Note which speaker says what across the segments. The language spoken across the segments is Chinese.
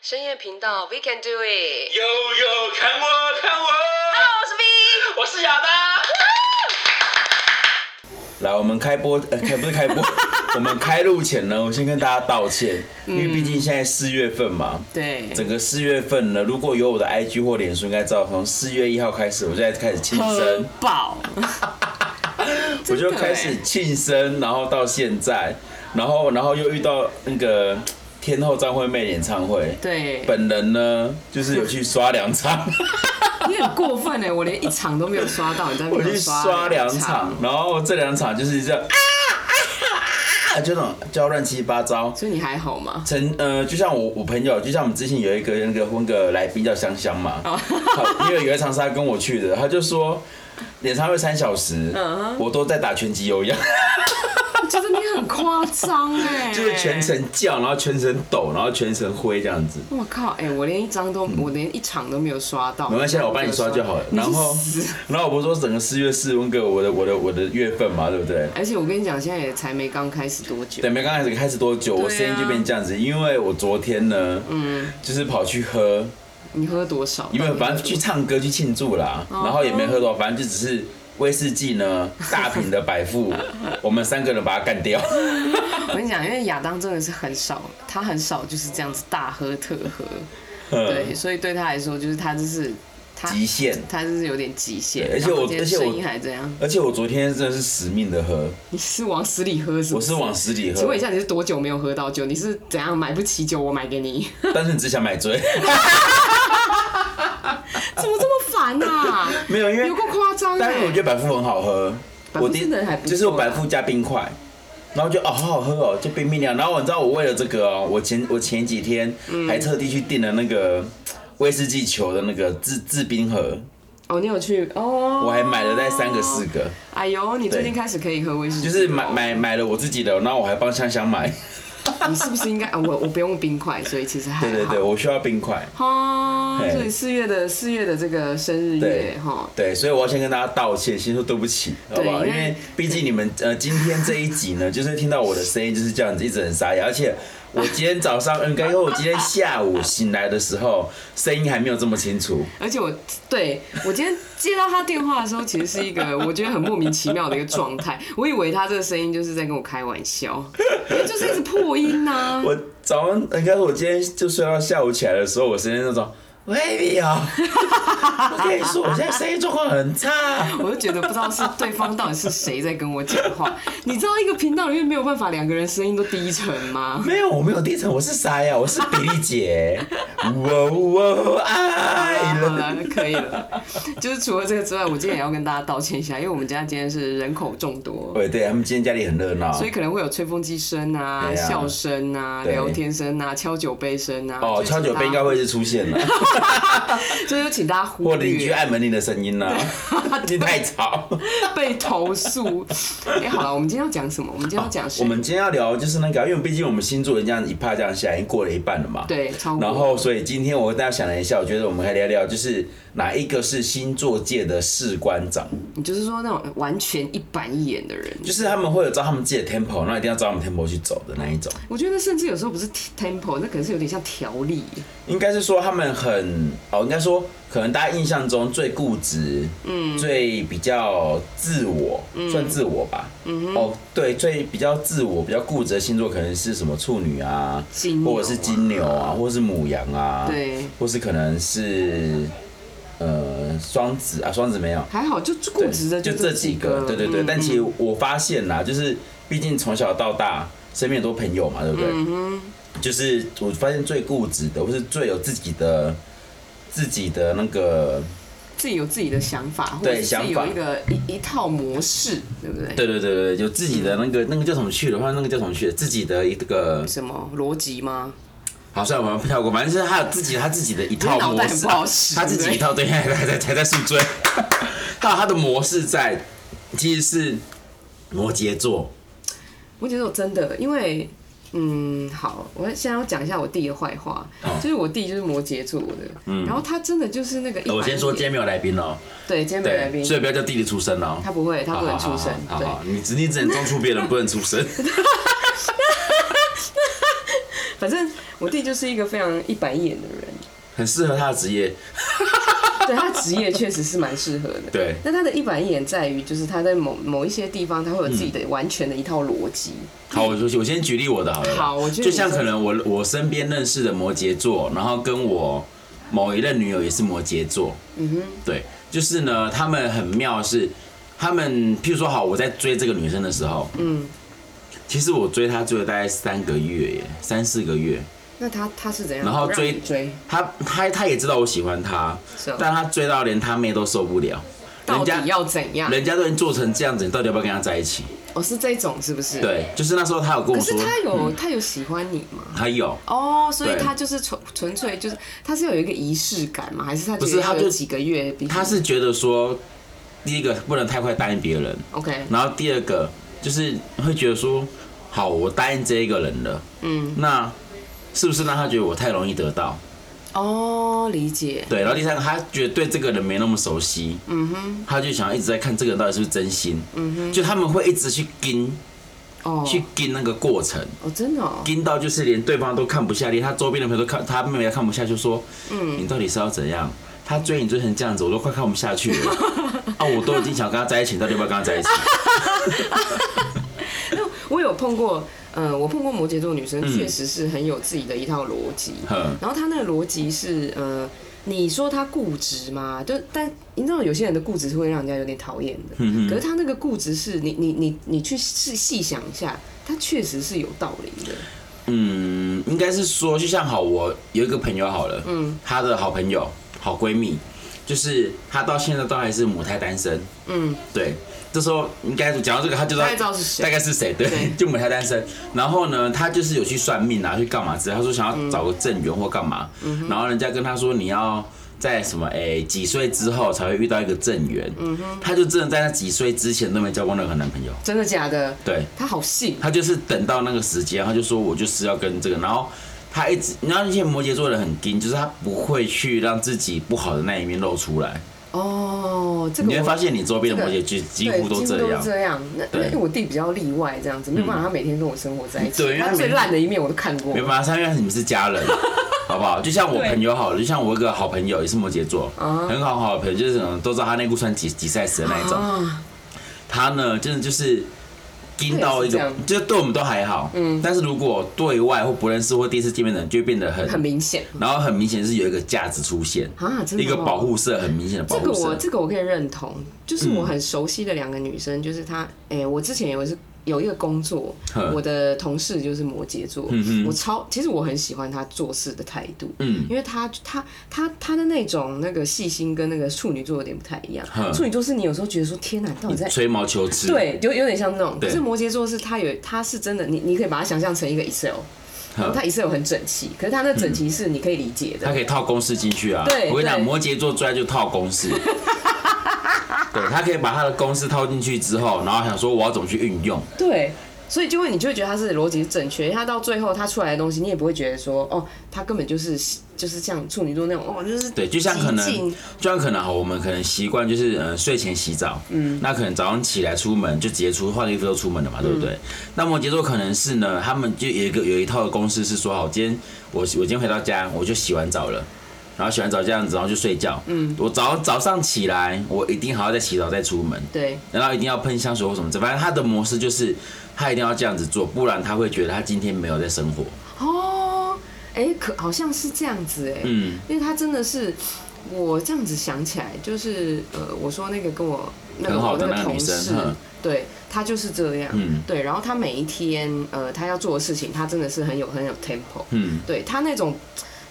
Speaker 1: 深夜频道，We can do it。
Speaker 2: 悠悠，看我，看我，
Speaker 1: Hello，我是 V。
Speaker 2: 我是亚当。来，我们开播，呃，开不是开 播，我们开录前呢，我先跟大家道歉，因为毕竟现在四月份嘛，
Speaker 1: 嗯对，
Speaker 2: 整个四月份呢，如果有我的 IG 或脸书，应该知道从四月一号开始，我就在开始庆
Speaker 1: 哦
Speaker 2: 生，
Speaker 1: 爆。
Speaker 2: 我就
Speaker 1: 真的
Speaker 2: 开始庆生，然后到现在，然后然后又遇到那个天后张惠妹演唱会，
Speaker 1: 对，
Speaker 2: 本人呢就是有去刷两场。
Speaker 1: 你很过分哎，我连一场都没有刷到，你在那
Speaker 2: 我
Speaker 1: 边
Speaker 2: 去刷两场，，然后这两场就是这样啊啊啊啊，就那种叫乱七八糟。
Speaker 1: 所以你还好吗？
Speaker 2: 成呃，就像我我朋友，就像我们之前有一个那个婚个来宾叫香香嘛，好因为有一场是他跟我去的，他就说演唱会三小时，我都在打拳击有氧，
Speaker 1: 就是你很夸张 哎，
Speaker 2: 就是全。程叫，然后全程抖，然后全程挥这样子。
Speaker 1: 我靠，哎，我连一张都，我连一场都没有刷到。
Speaker 2: 嗯没关系，啊我帮你刷就好了。然后
Speaker 1: 你去死，
Speaker 2: 然后我不是说整个四月是温哥我的我的我的月份嘛，对不对？
Speaker 1: 而且我跟你讲，现在也才没刚开始多久
Speaker 2: 对，。没刚开始开始多久，我
Speaker 1: 对啊
Speaker 2: 声音就变这样子，因为我昨天呢，嗯，就是跑去喝，
Speaker 1: 你喝多少？
Speaker 2: 因为反正去唱歌去庆祝啦，
Speaker 1: 哦
Speaker 2: 然后也没喝多少，反正就只是威士忌呢， 大瓶的百富，我们三个人把它干掉。
Speaker 1: 我跟你讲，因为亚当真的是很少，他很少就是这样子大喝特喝， 对，所以对他来说，就是他就是他
Speaker 2: 嗯极限
Speaker 1: 他就是有点极限。
Speaker 2: 对而且我
Speaker 1: 然后今天
Speaker 2: 而且我
Speaker 1: 声音还这样，
Speaker 2: 而且我昨天真的是死命的喝，
Speaker 1: 你是往死里喝是
Speaker 2: 我
Speaker 1: 不是？
Speaker 2: 是往死里
Speaker 1: 请
Speaker 2: 喝
Speaker 1: 问一，下，你是多久没有喝到酒？你是怎样买不起酒，我买给你？
Speaker 2: 但是只想买醉，呃
Speaker 1: 怎么这么烦 啊？
Speaker 2: 没有因为
Speaker 1: 有够夸张
Speaker 2: 但是我
Speaker 1: 哎
Speaker 2: 觉！得百富很好喝，
Speaker 1: 百富
Speaker 2: 我第
Speaker 1: 真的还不错啊
Speaker 2: 就是我百富加冰块，然后就哦好好喝哦，就冰冰凉。然后你知道我为了这个哦，我前我前几天
Speaker 1: 嗯
Speaker 2: 还特地去订了那个威士忌球的那个制制冰盒，
Speaker 1: 哦，你有去哦？
Speaker 2: 我还买了带三个四。个，
Speaker 1: 哎呦，你最近开始可以喝威士忌，
Speaker 2: 就是买。买买了我自己的，然后我还帮香香买。
Speaker 1: 你是不是应该？啊我我不用冰块，所以其实还
Speaker 2: 对
Speaker 1: 好。
Speaker 2: 对对，我需要冰块。
Speaker 1: 哦，
Speaker 2: 嘿
Speaker 1: 所以四月的四月的这个生日
Speaker 2: 对
Speaker 1: 月哈，
Speaker 2: 对，所以我要先跟大家道歉，先说对不起，好不好？
Speaker 1: 对
Speaker 2: 因
Speaker 1: 因为
Speaker 2: 为毕竟你们呃，今天这一集呢， 就是听到我的声音就是这样子，一直很沙哑，而且我今天早上，呃应该因为我今天下午醒来的时候，声音还没有这么清楚，
Speaker 1: 而且我对我今天接到他电话的时候，其实是 一个我觉得很莫名其妙的一个状态。我以为他这个声音就是在跟我开玩笑，因为就是一直破音啊呐、
Speaker 2: 我早上呃应该我今天就睡到下午起来的时候，我声音那种。baby 啊！我跟你说，我现在声音状况很差。
Speaker 1: 我就觉得不知道是对方到底是谁在跟我讲话。你知道一个频道里面没有办法两个人声音都低沉吗？
Speaker 2: 没有，我没有低沉，我是沙哑，我是比利 姐。我我爱
Speaker 1: 好
Speaker 2: 了。
Speaker 1: 了，可以了。就是除了这个之外，我今天也要跟大家道歉一下，因为我们家今天是人口众多，
Speaker 2: 对对，他们今天家里很热闹。
Speaker 1: 所以可能会有吹风机声啊、
Speaker 2: 对啊
Speaker 1: 笑声啊、
Speaker 2: 对
Speaker 1: 聊天声啊、敲酒杯声啊。
Speaker 2: 哦，
Speaker 1: 就请
Speaker 2: 敲酒
Speaker 1: 大
Speaker 2: 杯
Speaker 1: 家
Speaker 2: 应该会是出现 了，
Speaker 1: 这就请大家 忽
Speaker 2: 或邻居啊
Speaker 1: 略
Speaker 2: 按门铃的声音 呢、啊，你太吵。
Speaker 1: 被投诉。哎、好了，我们今天要讲什么？我们今天要讲
Speaker 2: 哦
Speaker 1: 谁？
Speaker 2: 我们今天要聊就是那个啊，因为毕竟我们星座人这样一趴这样下来，已经过了一半了嘛。。
Speaker 1: 对，超过
Speaker 2: 然后，所以今天我跟大家想了一下，我觉得我们可以聊聊，就是哪一个是星座界的士官长，
Speaker 1: 你就是说那种完全一板一眼的人，
Speaker 2: 就是他们会有照他们自己的 tempo，那一定要照他们 tempo 去走的那一种。
Speaker 1: 我觉得甚至有时候不是 tempo，那可能是有点像条例。
Speaker 2: 应该是说他们很哦，应该说可能大家印象中最固执，嗯，最比较自我，算自我吧，嗯哦，对，最比较自我、比较固执的星座可能是什么处女啊，
Speaker 1: 金牛啊
Speaker 2: 或者是金牛啊，或者是母羊啊，
Speaker 1: 对，
Speaker 2: 或是可能是呃双子啊，双子没有，
Speaker 1: 还好，就就固
Speaker 2: 对
Speaker 1: 执的
Speaker 2: 就
Speaker 1: 这
Speaker 2: 几
Speaker 1: 个，
Speaker 2: 对对对。
Speaker 1: 嗯
Speaker 2: 但其实我发现啦，就是毕竟从小到大身边很多朋友嘛，对不
Speaker 1: 嗯
Speaker 2: 对？就是我发现最固执的，或是最有自己的自己的那个，
Speaker 1: 自己有自己的想法，或者
Speaker 2: 对
Speaker 1: 是自己
Speaker 2: 想
Speaker 1: 有
Speaker 2: 法
Speaker 1: 一个一一套模式，对不对？
Speaker 2: 对对对对，有自己的那个那个叫什么去了，或者那个叫什么去了，自己的一个，
Speaker 1: 什么逻辑吗？
Speaker 2: 好，算了，我们跳过，反正就是他有自己他自己的一套
Speaker 1: 你脑袋
Speaker 2: 模
Speaker 1: 很
Speaker 2: 式，
Speaker 1: 不好使
Speaker 2: 他自己一套，对，还在还在还在宿醉，他有他的模式在，其实是摩羯座，
Speaker 1: 我觉得我真的，因为嗯，好，我现在要讲一下我弟的坏话，
Speaker 2: 哦
Speaker 1: 就是我弟就是摩羯座的，然后他真的就是那个一板一
Speaker 2: 嗯
Speaker 1: 眼，
Speaker 2: 哦我先说今天没有来宾哦。
Speaker 1: 对，今天没来
Speaker 2: 对，
Speaker 1: 宾，
Speaker 2: 所以不要叫弟弟出生哦。
Speaker 1: 他不会，他不能出声，
Speaker 2: 好好好
Speaker 1: 对
Speaker 2: 好，好你只你 只能中出别人，不能出生。
Speaker 1: 反正我弟就是一个非常一板一眼的人，
Speaker 2: 很适合他的职业。
Speaker 1: 对他职业确实是蛮适合的。
Speaker 2: 对
Speaker 1: 那他的一板一眼在于，就是他在某某一些地方，他会有自己的完全的一套逻辑。
Speaker 2: 好，我就我先举例我的好了。
Speaker 1: 好我觉得
Speaker 2: 就像
Speaker 1: 你说
Speaker 2: 可能我我身边认识的摩羯座，然后跟我某一任女友也是摩羯座。嗯哼，对，就是呢，他们很妙是，他们譬如说好，我在追这个女生的时候，嗯，其实我追她追了大概三个月耶，三四个月，
Speaker 1: 那他他是怎样？
Speaker 2: 然后
Speaker 1: 不让
Speaker 2: 追
Speaker 1: 你追，
Speaker 2: 她她她也知道我喜欢她
Speaker 1: 是哦，
Speaker 2: 但她追到连她妹都受不了，
Speaker 1: 到
Speaker 2: 人家
Speaker 1: 底要怎样？
Speaker 2: 人家都已经做成这样子，你到底要不要跟她在一起？
Speaker 1: 哦，是这种是不是？。
Speaker 2: 对，就是那时候她有跟
Speaker 1: 可
Speaker 2: 我
Speaker 1: 是
Speaker 2: 说，
Speaker 1: 他有他有喜欢你吗？
Speaker 2: 她有。
Speaker 1: 哦，所以
Speaker 2: 对
Speaker 1: 他就是纯纯粹就是他是要有一个仪式感吗？还是他
Speaker 2: 不
Speaker 1: 觉
Speaker 2: 是
Speaker 1: 得
Speaker 2: 他
Speaker 1: 要
Speaker 2: 就
Speaker 1: 有几个月必须？
Speaker 2: 他是觉得说，第一个不能太快答应别人，
Speaker 1: OK，
Speaker 2: 然后第二个就是会觉得说，好，我答应这一个人了，嗯，那是不是让他觉得我太容易得到？
Speaker 1: 哦，理解。
Speaker 2: 对，然后第三个，他觉得对这个人没那么熟悉，嗯哼，他就想要一直在看这个人到底是不是真心，嗯哼，就他们会一直去跟
Speaker 1: 哦，
Speaker 2: 去跟那个过程，
Speaker 1: 哦，真的哦，
Speaker 2: 跟到就是连对方都看不下，连他周边的朋友都看他妹妹都看不下，就说：“嗯，你到底是要怎样？他追你追成这样子，我都快看不下去了。啊，我都已经想跟他在一起，你到底要不要跟他在一起？
Speaker 1: 我有碰过，呃，我碰过摩羯座女
Speaker 2: 嗯
Speaker 1: 生，确实是很有自己的一套逻辑。
Speaker 2: 哼，
Speaker 1: 然后她那个逻辑是，呃，你说她固执嘛，就但你知道有些人的固执是会让人家有点讨厌的。
Speaker 2: 嗯
Speaker 1: 可是
Speaker 2: 哼，
Speaker 1: 她那个固执是你你你你去细细想一下，她确实是有道理的。
Speaker 2: 嗯，应该是说，就像好，我有一个朋友好了，嗯，她的好朋友、好闺蜜，就是她到现在都还是母胎单身，
Speaker 1: 嗯，
Speaker 2: 对。这时候应该讲到这个，她就
Speaker 1: 大概知道是谁
Speaker 2: 大概是谁，对，
Speaker 1: 对
Speaker 2: 就母胎单身。然后呢，他就是有去算命啊，去干嘛之类。他说想要找个正缘或干嘛，然后人家跟他说你要在什么诶、几岁之后才会遇到一个正缘，他就真的在那几岁之前都没交过任何男朋友，
Speaker 1: 真的假的？
Speaker 2: 对
Speaker 1: 她好信，
Speaker 2: 他就是等到那个时间，他就说我就是要跟这个，然后。他一直，然后那些摩羯座的人很硬，就是他不会去让自己不好的那一面露出来。
Speaker 1: 哦，这个
Speaker 2: 你会
Speaker 1: 我
Speaker 2: 发现，你周边的摩羯
Speaker 1: 这
Speaker 2: 就几
Speaker 1: 对
Speaker 2: 乎都
Speaker 1: 几
Speaker 2: 这样。
Speaker 1: 这样。那那
Speaker 2: 对
Speaker 1: 因为我弟比较例外，这样子没有办法，他每天跟我生活在一起，
Speaker 2: 对因为
Speaker 1: 他
Speaker 2: 他
Speaker 1: 最
Speaker 2: 每
Speaker 1: 烂的一面我都看过
Speaker 2: 没。办法，因为你们是家人，好不 好？就像我朋友好了，就像我有一个好朋友也是摩羯座，很好很好的朋友，就是那种都知道他内裤穿几几 size 的那一种。
Speaker 1: 啊，
Speaker 2: 他呢，真的就是盯到一
Speaker 1: 他也
Speaker 2: 个
Speaker 1: 是，
Speaker 2: 就是对我们都还好，嗯，但是如果对外或不认识或第一次见面的人，就会变得
Speaker 1: 很
Speaker 2: 很，
Speaker 1: 明显
Speaker 2: 然后很明显是有一个价值出现，
Speaker 1: 啊，真的、
Speaker 2: 一个保。护色，很明显的保
Speaker 1: 这个
Speaker 2: 护嗯
Speaker 1: 我
Speaker 2: 色。
Speaker 1: 这个我可以认同，就是我很熟悉的两个女生，就是她，哎、我之前有一次有一个工作
Speaker 2: 呵，
Speaker 1: 我的同事就是摩羯座，
Speaker 2: 嗯哼
Speaker 1: 我超其实我很喜欢她做事的态度，
Speaker 2: 嗯
Speaker 1: 因为她她她她的那种那个细心跟那个处女座有点不太一样
Speaker 2: 呵，
Speaker 1: 处女座是你有时候觉得说天哪，你到底在
Speaker 2: 吹毛求疵，，
Speaker 1: 对，有有点像那种，可
Speaker 2: 对
Speaker 1: 是摩羯座是它有，它是真的，你你可以把它想象成一个 Excel，然后它 Excel 很整齐，可是它那
Speaker 2: 嗯
Speaker 1: 整齐是你可以理解的
Speaker 2: 他，可以套公式进去啊。
Speaker 1: 对
Speaker 2: 我跟你讲，
Speaker 1: 对
Speaker 2: 摩羯座最爱就套公式。 对他可以把他的公式套进去之后，然后想说我要怎么去运用。
Speaker 1: 对，所以就会你就会觉得它是逻辑是正确，因为它到最后它出来的东西，你也不会觉得说哦，它根本就是就是像处女座那种哦，就是
Speaker 2: 对，就像可能
Speaker 1: 极尽，
Speaker 2: 就像可能哈，我们可能习惯就是呃睡前洗澡，嗯，那可能早上起来出门就直接出换个衣服就出门了嘛，对不对？
Speaker 1: 嗯
Speaker 2: 那摩羯座可能是呢，他们就有一个有一套的公式是说，好，今天我我今天回到家我就洗完澡了。然后洗完澡这样子，然后就睡觉。嗯，我早早上起来，我一定还要再洗澡再出门。
Speaker 1: 对
Speaker 2: 然后一定要喷香水或什么之类，反正他的模式就是他一定要这样子做，不然他会觉得他今天没有在生活。
Speaker 1: 哦，哎、可好像是这样子哎、
Speaker 2: 嗯，
Speaker 1: 因为他真的是，我这样子想起来，就是呃，我说那个跟我那个
Speaker 2: 很好
Speaker 1: 我
Speaker 2: 的
Speaker 1: 个
Speaker 2: 那个
Speaker 1: 同
Speaker 2: 女生
Speaker 1: 事
Speaker 2: 嗯，
Speaker 1: 对他就是这样，
Speaker 2: 嗯
Speaker 1: 对，然后他每一天呃，他要做的事情，他真的是很有很有 tempo，
Speaker 2: 嗯，
Speaker 1: 对他那种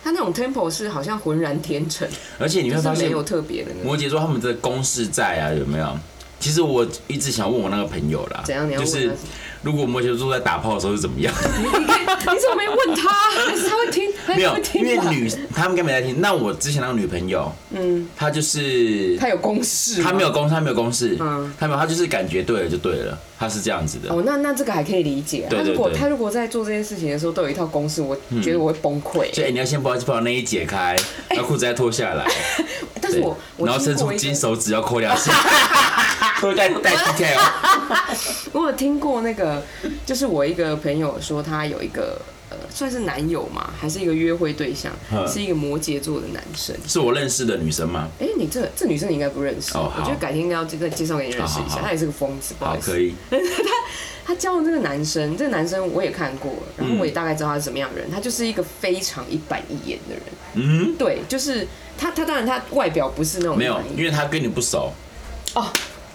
Speaker 1: 他那种 tempo 是好像浑然天成，
Speaker 2: 而且你
Speaker 1: 就
Speaker 2: 会
Speaker 1: 是
Speaker 2: 发
Speaker 1: 没
Speaker 2: 现
Speaker 1: 有特别的那种。
Speaker 2: 摩羯座他们的公式在啊，有没有？其实我一直想问我那个朋友啦，
Speaker 1: 怎样？你要
Speaker 2: 就
Speaker 1: 问他
Speaker 2: 是如果摩羯座在打炮的时候是怎 么样？
Speaker 1: 你你怎么没问他？ 还是他会听？还
Speaker 2: 没
Speaker 1: 是他
Speaker 2: 有
Speaker 1: 会，
Speaker 2: 因
Speaker 1: 听
Speaker 2: 为
Speaker 1: 吧？
Speaker 2: 女他们应该没在听。那我之前那个女朋友，嗯，她就是
Speaker 1: 他有公式，
Speaker 2: 她没有。公，她没有公式，
Speaker 1: 嗯
Speaker 2: 她没有，她就是感觉对了就对了，她是这样子的。
Speaker 1: 哦，那那这个还可以理解、啊。
Speaker 2: 对对
Speaker 1: 他如果
Speaker 2: 对
Speaker 1: 他如果在做这件事情的时候都有一套公式，我觉得我会崩溃、
Speaker 2: 所以、欸你要先把把内衣解 开，然后裤子再脱下来，
Speaker 1: 但是
Speaker 2: 对
Speaker 1: 我我
Speaker 2: 然后
Speaker 1: 听
Speaker 2: 伸
Speaker 1: 过
Speaker 2: 出
Speaker 1: 一
Speaker 2: 金
Speaker 1: 个，
Speaker 2: 手指要扣两下， 会带带啊 detail。
Speaker 1: 我有听过那个，就是我一个朋友说他有一个呃算是男友嘛，还是一个约会对象
Speaker 2: 嗯，
Speaker 1: 是一个摩羯座的男生。
Speaker 2: 是我认识的女生吗？
Speaker 1: 哎、你这这女生你应该不认识，
Speaker 2: 哦好
Speaker 1: 我觉得改天应该要再介绍给你认识
Speaker 2: 好
Speaker 1: 一
Speaker 2: 好
Speaker 1: 下。
Speaker 2: 好
Speaker 1: 她也是个疯子，不好
Speaker 2: 好，
Speaker 1: 意思
Speaker 2: 可。以。
Speaker 1: 他交的这个男生，这个男生我也看过，然后我也大概知道他是什么样的人。他就是一个非常一板一眼的人，
Speaker 2: 嗯，
Speaker 1: 对，就是他，他当然他外表不是那种
Speaker 2: 没有
Speaker 1: 一板，一
Speaker 2: 因为他跟你不熟。
Speaker 1: 哦，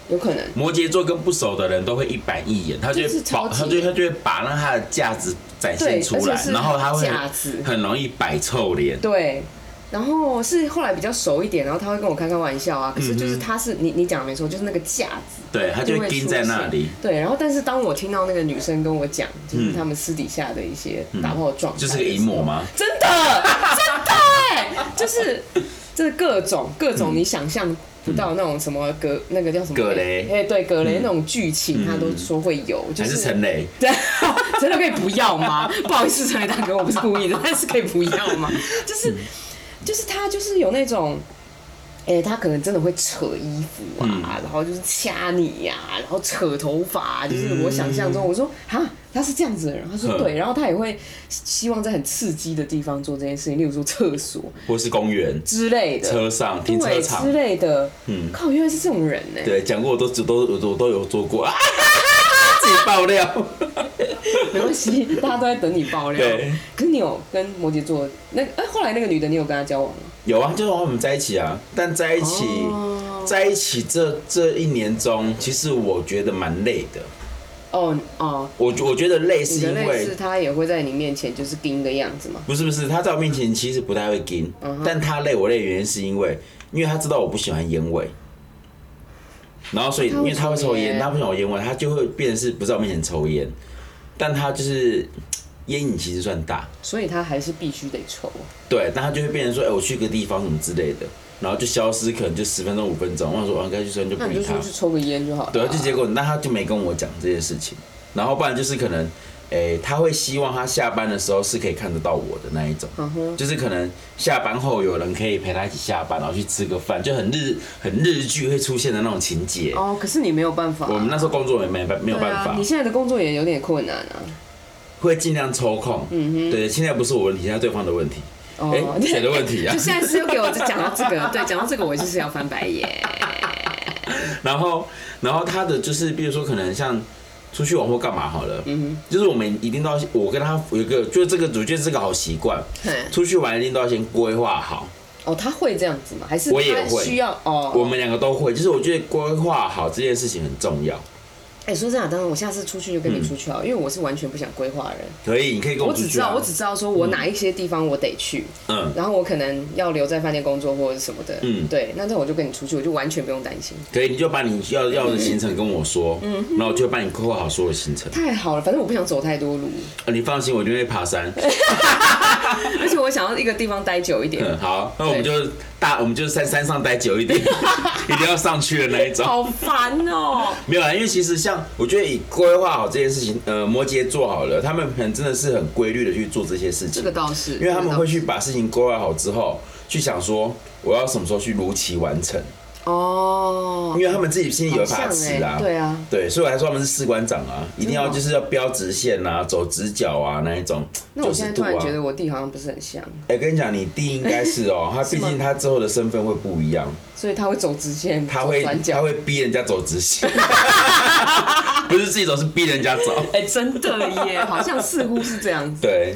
Speaker 1: 有可能
Speaker 2: 摩羯座跟不熟的人都会一板一眼，他就
Speaker 1: 就是
Speaker 2: 会
Speaker 1: 超
Speaker 2: 把
Speaker 1: 级
Speaker 2: 他就他就会把让他的价值展
Speaker 1: 对，
Speaker 2: 现
Speaker 1: 而
Speaker 2: 出
Speaker 1: 且
Speaker 2: 来，
Speaker 1: 是
Speaker 2: 然后他会
Speaker 1: 架子，
Speaker 2: 很容易摆臭脸。
Speaker 1: 对。然后是后来比较熟一点，然后他会跟我开开玩笑啊。可是就是他是、你你讲的没错，就是那个架子
Speaker 2: 对，嗯他就会
Speaker 1: 就会
Speaker 2: 盯
Speaker 1: 出
Speaker 2: 在
Speaker 1: 现
Speaker 2: 那里，。
Speaker 1: 对，然后但是当我听到那个女生跟我讲，就是
Speaker 2: 嗯
Speaker 1: 他们私底下的一些打炮的状态的
Speaker 2: 就
Speaker 1: 时候，
Speaker 2: 是个淫魔吗？
Speaker 1: 真的，真的哎，就是这各种各种
Speaker 2: 嗯
Speaker 1: 你想象不到那种什么格那个叫什么
Speaker 2: 葛雷
Speaker 1: 哎，对葛雷
Speaker 2: 嗯
Speaker 1: 那种剧情，他都说会有，就
Speaker 2: 还是陈雷？
Speaker 1: 对， 真的可以不要吗？不好意思，陈伟大哥，我不是故意的，但是可以不要吗？
Speaker 2: 嗯
Speaker 1: 就是就是他就是有那种。哎、他可能真的会扯衣服啊，
Speaker 2: 嗯
Speaker 1: 然后就是掐你呀、然后扯头发啊、就是我想象中，我说哈，他是这样子的人，他说
Speaker 2: 嗯
Speaker 1: 对，然后他也会希望在很刺激的地方做这件事情，例如说厕所
Speaker 2: 或是公园、
Speaker 1: 之类的，
Speaker 2: 车上、停车
Speaker 1: 对
Speaker 2: 场
Speaker 1: 之？类的，
Speaker 2: 嗯
Speaker 1: 靠，原来是这种人呢、
Speaker 2: 对，讲过我都只都我都我都有做过， 啊、自己爆料。
Speaker 1: 没关系，大家都在等你爆料
Speaker 2: 对。
Speaker 1: 可是你有跟摩羯座那哎、后来那个女的，你有跟她交往吗？
Speaker 2: 有啊，就是我们在一起啊，但在一起、
Speaker 1: 哦
Speaker 2: 在一起这这一年中，其实我觉得蛮累的。
Speaker 1: 哦哦，
Speaker 2: 我我觉得累
Speaker 1: 你
Speaker 2: 是
Speaker 1: 的
Speaker 2: 因
Speaker 1: 类
Speaker 2: 为
Speaker 1: 似她也会在你面前就是盯个样子嘛。
Speaker 2: 不是不是，他在我面前其实不太会跟，
Speaker 1: 嗯哼
Speaker 2: 但他累我累的原因是因为，因为他知道我不喜欢烟味，然后所以
Speaker 1: 他
Speaker 2: 因
Speaker 1: 会
Speaker 2: 为他会
Speaker 1: 抽
Speaker 2: 抽
Speaker 1: 烟
Speaker 2: 烟，他不喜欢我烟味，他就会变成是不在我面前抽烟，但他就是烟瘾其实算大，
Speaker 1: 所以她还是必须得抽。
Speaker 2: 对，但他就会变成说，哎、我去个地方什么之类的，然后就消失，可能就十分钟五分钟，我想说，我哦该去抽烟就不
Speaker 1: 那你就
Speaker 2: 理他
Speaker 1: 说，去抽个烟就好了。
Speaker 2: 对啊，就结果那他就没跟我讲这些事情，然后不然就是可能，哎、他会希望他下班的时候是可以看得到我的那一种。
Speaker 1: 嗯哼，
Speaker 2: 就是可能下班后有人可以陪他一起下班，然后去吃个饭，就很日很日剧会出现的那种情节。
Speaker 1: 哦，可是你没有办法啊、
Speaker 2: 我们那时候工作也没办没有
Speaker 1: 对
Speaker 2: 办
Speaker 1: 啊
Speaker 2: 法，
Speaker 1: 你现在的工作也有点困难啊。
Speaker 2: 会尽量抽空。
Speaker 1: 嗯
Speaker 2: 对，现在不是我问题，现在对方的问题。哎、
Speaker 1: 哦，
Speaker 2: 谁的问题啊
Speaker 1: 就？现在是又给我讲到这 个，对，讲到这个我就是要翻白眼。
Speaker 2: 然后，然后他的就是，比如说可能像出去玩或干嘛好了，嗯就是我们一定都要，我跟他有一个，就是这个主角是个好习惯，
Speaker 1: 嘿
Speaker 2: 出去玩一定都要先规划好。
Speaker 1: 哦，他会这样子吗？还是
Speaker 2: 我也
Speaker 1: 他
Speaker 2: 会
Speaker 1: 需要哦？
Speaker 2: 我们两个都会，就是我觉得规划好这件事情很重要。
Speaker 1: 哎、说真的，当然我下次出去就跟
Speaker 2: 嗯
Speaker 1: 你出去好了，因为我是完全不想规划的人。
Speaker 2: 可以，你可以跟
Speaker 1: 我
Speaker 2: 出
Speaker 1: 只知
Speaker 2: 去、啊。
Speaker 1: 道，我只知道说我哪一些地方我得去，
Speaker 2: 嗯。
Speaker 1: 然后我可能要留在饭店工作或者是什么的。
Speaker 2: 嗯
Speaker 1: 对，那这样我就跟你出去，我就完全不用担心。
Speaker 2: 可以，你就把你要要的行程跟我说，然后我就帮你规划好所有行程。
Speaker 1: 太好了，反正我不想走太 多路，
Speaker 2: 呃你放心，我一定会爬山。
Speaker 1: 而且我想要一个地方待久一点。
Speaker 2: 嗯， 好，那我们就大，我们就在山上待久 一点，一定要上去的那一种。
Speaker 1: 好烦 哦、
Speaker 2: 没有啦，因为其实像我觉得以规划好这件事情，呃，摩羯座好了，他们很真的是很规律的去做这些事
Speaker 1: 这
Speaker 2: 情
Speaker 1: 个，倒是，
Speaker 2: 因为他们会
Speaker 1: 这
Speaker 2: 去把事情规划好之后，去想说我要什么时候去如期完成，
Speaker 1: 个倒是哦，
Speaker 2: 因为他们自己心里有一把
Speaker 1: 好像
Speaker 2: 尺
Speaker 1: 欸
Speaker 2: 啊。
Speaker 1: 对啊，
Speaker 2: 对，所以我还说他们是士官长啊，一定要
Speaker 1: 真的吗
Speaker 2: 就是要标直线啊，走直角啊那一种。
Speaker 1: 那我现在突然
Speaker 2: 90度啊
Speaker 1: 觉得，我弟好像不是很像，
Speaker 2: 哎、跟你讲，你弟应该是 哦，他毕
Speaker 1: 吗
Speaker 2: 竟他之后的身份会不一样，
Speaker 1: 所以他会走直线，
Speaker 2: 他
Speaker 1: 走
Speaker 2: 会
Speaker 1: 转
Speaker 2: 他
Speaker 1: 角。
Speaker 2: 会逼人家走直线， 不是自己走，是逼人家走。
Speaker 1: 哎、真的耶，好像似乎是这样子。
Speaker 2: 对，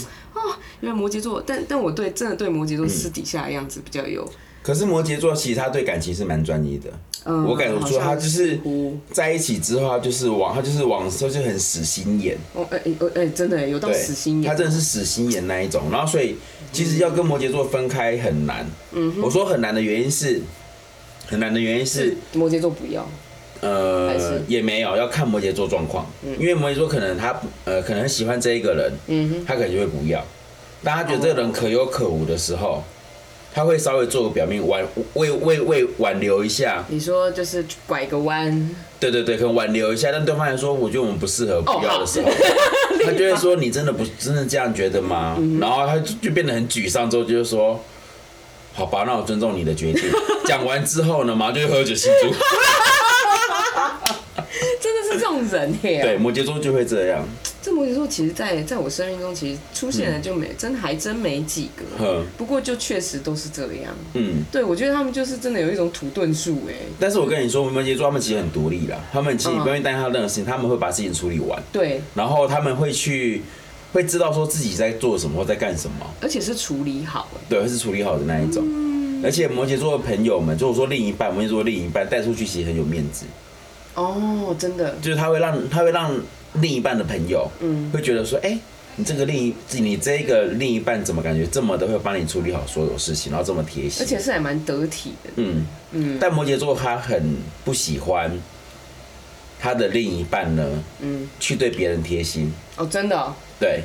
Speaker 1: 因为摩羯座，但但我对真的对摩
Speaker 2: 嗯
Speaker 1: 羯座私底下的样子比较有，
Speaker 2: 可是摩羯座其实他对感情是蛮专一的，
Speaker 1: 嗯，
Speaker 2: 我感觉
Speaker 1: 好
Speaker 2: 说
Speaker 1: 像
Speaker 2: 他就是
Speaker 1: 似乎
Speaker 2: 在一起之后，他就是往他就是往就是很死心眼。
Speaker 1: 哦，哎哎哎，真的有到
Speaker 2: 对，
Speaker 1: 死心眼，
Speaker 2: 他真的是死心眼那一种。然后所以其实要跟摩羯座分开很难。嗯，我说很难的原因是，很难的原因是，
Speaker 1: 摩羯座不要，还
Speaker 2: 呃
Speaker 1: 是，
Speaker 2: 也没有要看摩羯座状况，因为摩羯座可能他呃可能很喜欢这一个人，
Speaker 1: 嗯哼，
Speaker 2: 他可能就会不要。当他觉得这个人可有可无的时候，他会稍微做个表面挽为为为挽留一下，
Speaker 1: 你说就是拐个弯，
Speaker 2: 对对对，可能挽留一下，但对方来说，我觉得我们不适合，不要的时候，他就会说：“你真的不真的这样觉得吗？”然后他就就变得很沮丧，之后就是说：“好吧，那我尊重你的决定。”讲完之后呢，马上就会喝酒庆祝。
Speaker 1: 真的是这种人耶。
Speaker 2: 对，，摩羯座就会这样，
Speaker 1: 这摩羯座其实在在我生命中其实出现
Speaker 2: 嗯
Speaker 1: 的就没，真还真没几个。
Speaker 2: 哼，
Speaker 1: 不过就确实都是这样。
Speaker 2: 嗯。
Speaker 1: 对，我觉得他们就是真的有一种土遁术哎。
Speaker 2: 但是我跟你说，摩羯座他们其实很独立啦，他们其实你不用担心他任何事情，他们会把事情处理完，
Speaker 1: 对，
Speaker 2: 然后他们会去，会知道说自己在做什么或在干什么，
Speaker 1: 而且是处理好哎。
Speaker 2: 对，会是处理好的那一种。而且摩羯座的朋友们，就是说另一半，摩羯座的另一半带出去其实很有面子，
Speaker 1: 哦，真的，
Speaker 2: 就是他会让他会让另一半的朋友，嗯，会觉得说，哎、你这个另一你这个另一半怎么感觉这么的会帮你处理好所有事情，然后这么贴心，
Speaker 1: 而且是还蛮得体的。
Speaker 2: 嗯嗯，但摩羯座他很不喜欢他的另一半呢，嗯，去对别人贴心，
Speaker 1: 哦，真的哦。
Speaker 2: 对，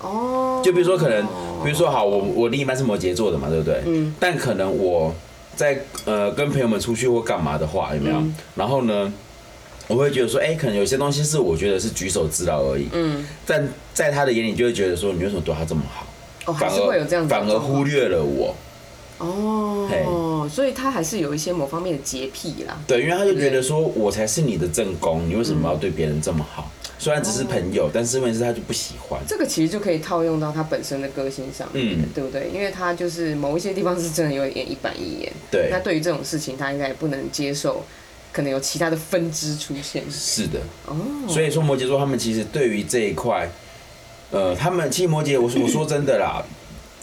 Speaker 1: 哦
Speaker 2: 就比如说可能，比如说好，我我另一半是摩羯座的嘛，对不对？嗯。但可能我在呃跟朋友们出去或干嘛的话，有没有？
Speaker 1: 嗯
Speaker 2: 然后呢，我会觉得说，哎、可能有些东西是我觉得是举手之劳而已。嗯。但在他的眼里就会觉得说，你为什么对他这么好？
Speaker 1: 哦，还
Speaker 2: 反
Speaker 1: 是会有
Speaker 2: 而
Speaker 1: 这样子的
Speaker 2: 反而
Speaker 1: 状况
Speaker 2: 忽略了我。
Speaker 1: 哦，所以他还是有一些某方面的洁癖啦。
Speaker 2: 对，因为他就觉得说，我才是你的正宫，你为什么
Speaker 1: 嗯
Speaker 2: 要对别人这么好？虽然只是朋友，但是问题是他就不喜欢。
Speaker 1: 这个其实就可以套用到他本身的个性上，
Speaker 2: 嗯
Speaker 1: 对不对？因为他就是某一些地方是真的有点一板一眼，
Speaker 2: 对
Speaker 1: 那对于这种事情，他应该也不能接受，可能有其他的分支出现。
Speaker 2: 是的。
Speaker 1: 哦，
Speaker 2: 所以说摩羯座他们其实对于这一块，呃，他们其实摩羯，我说我说真的啦，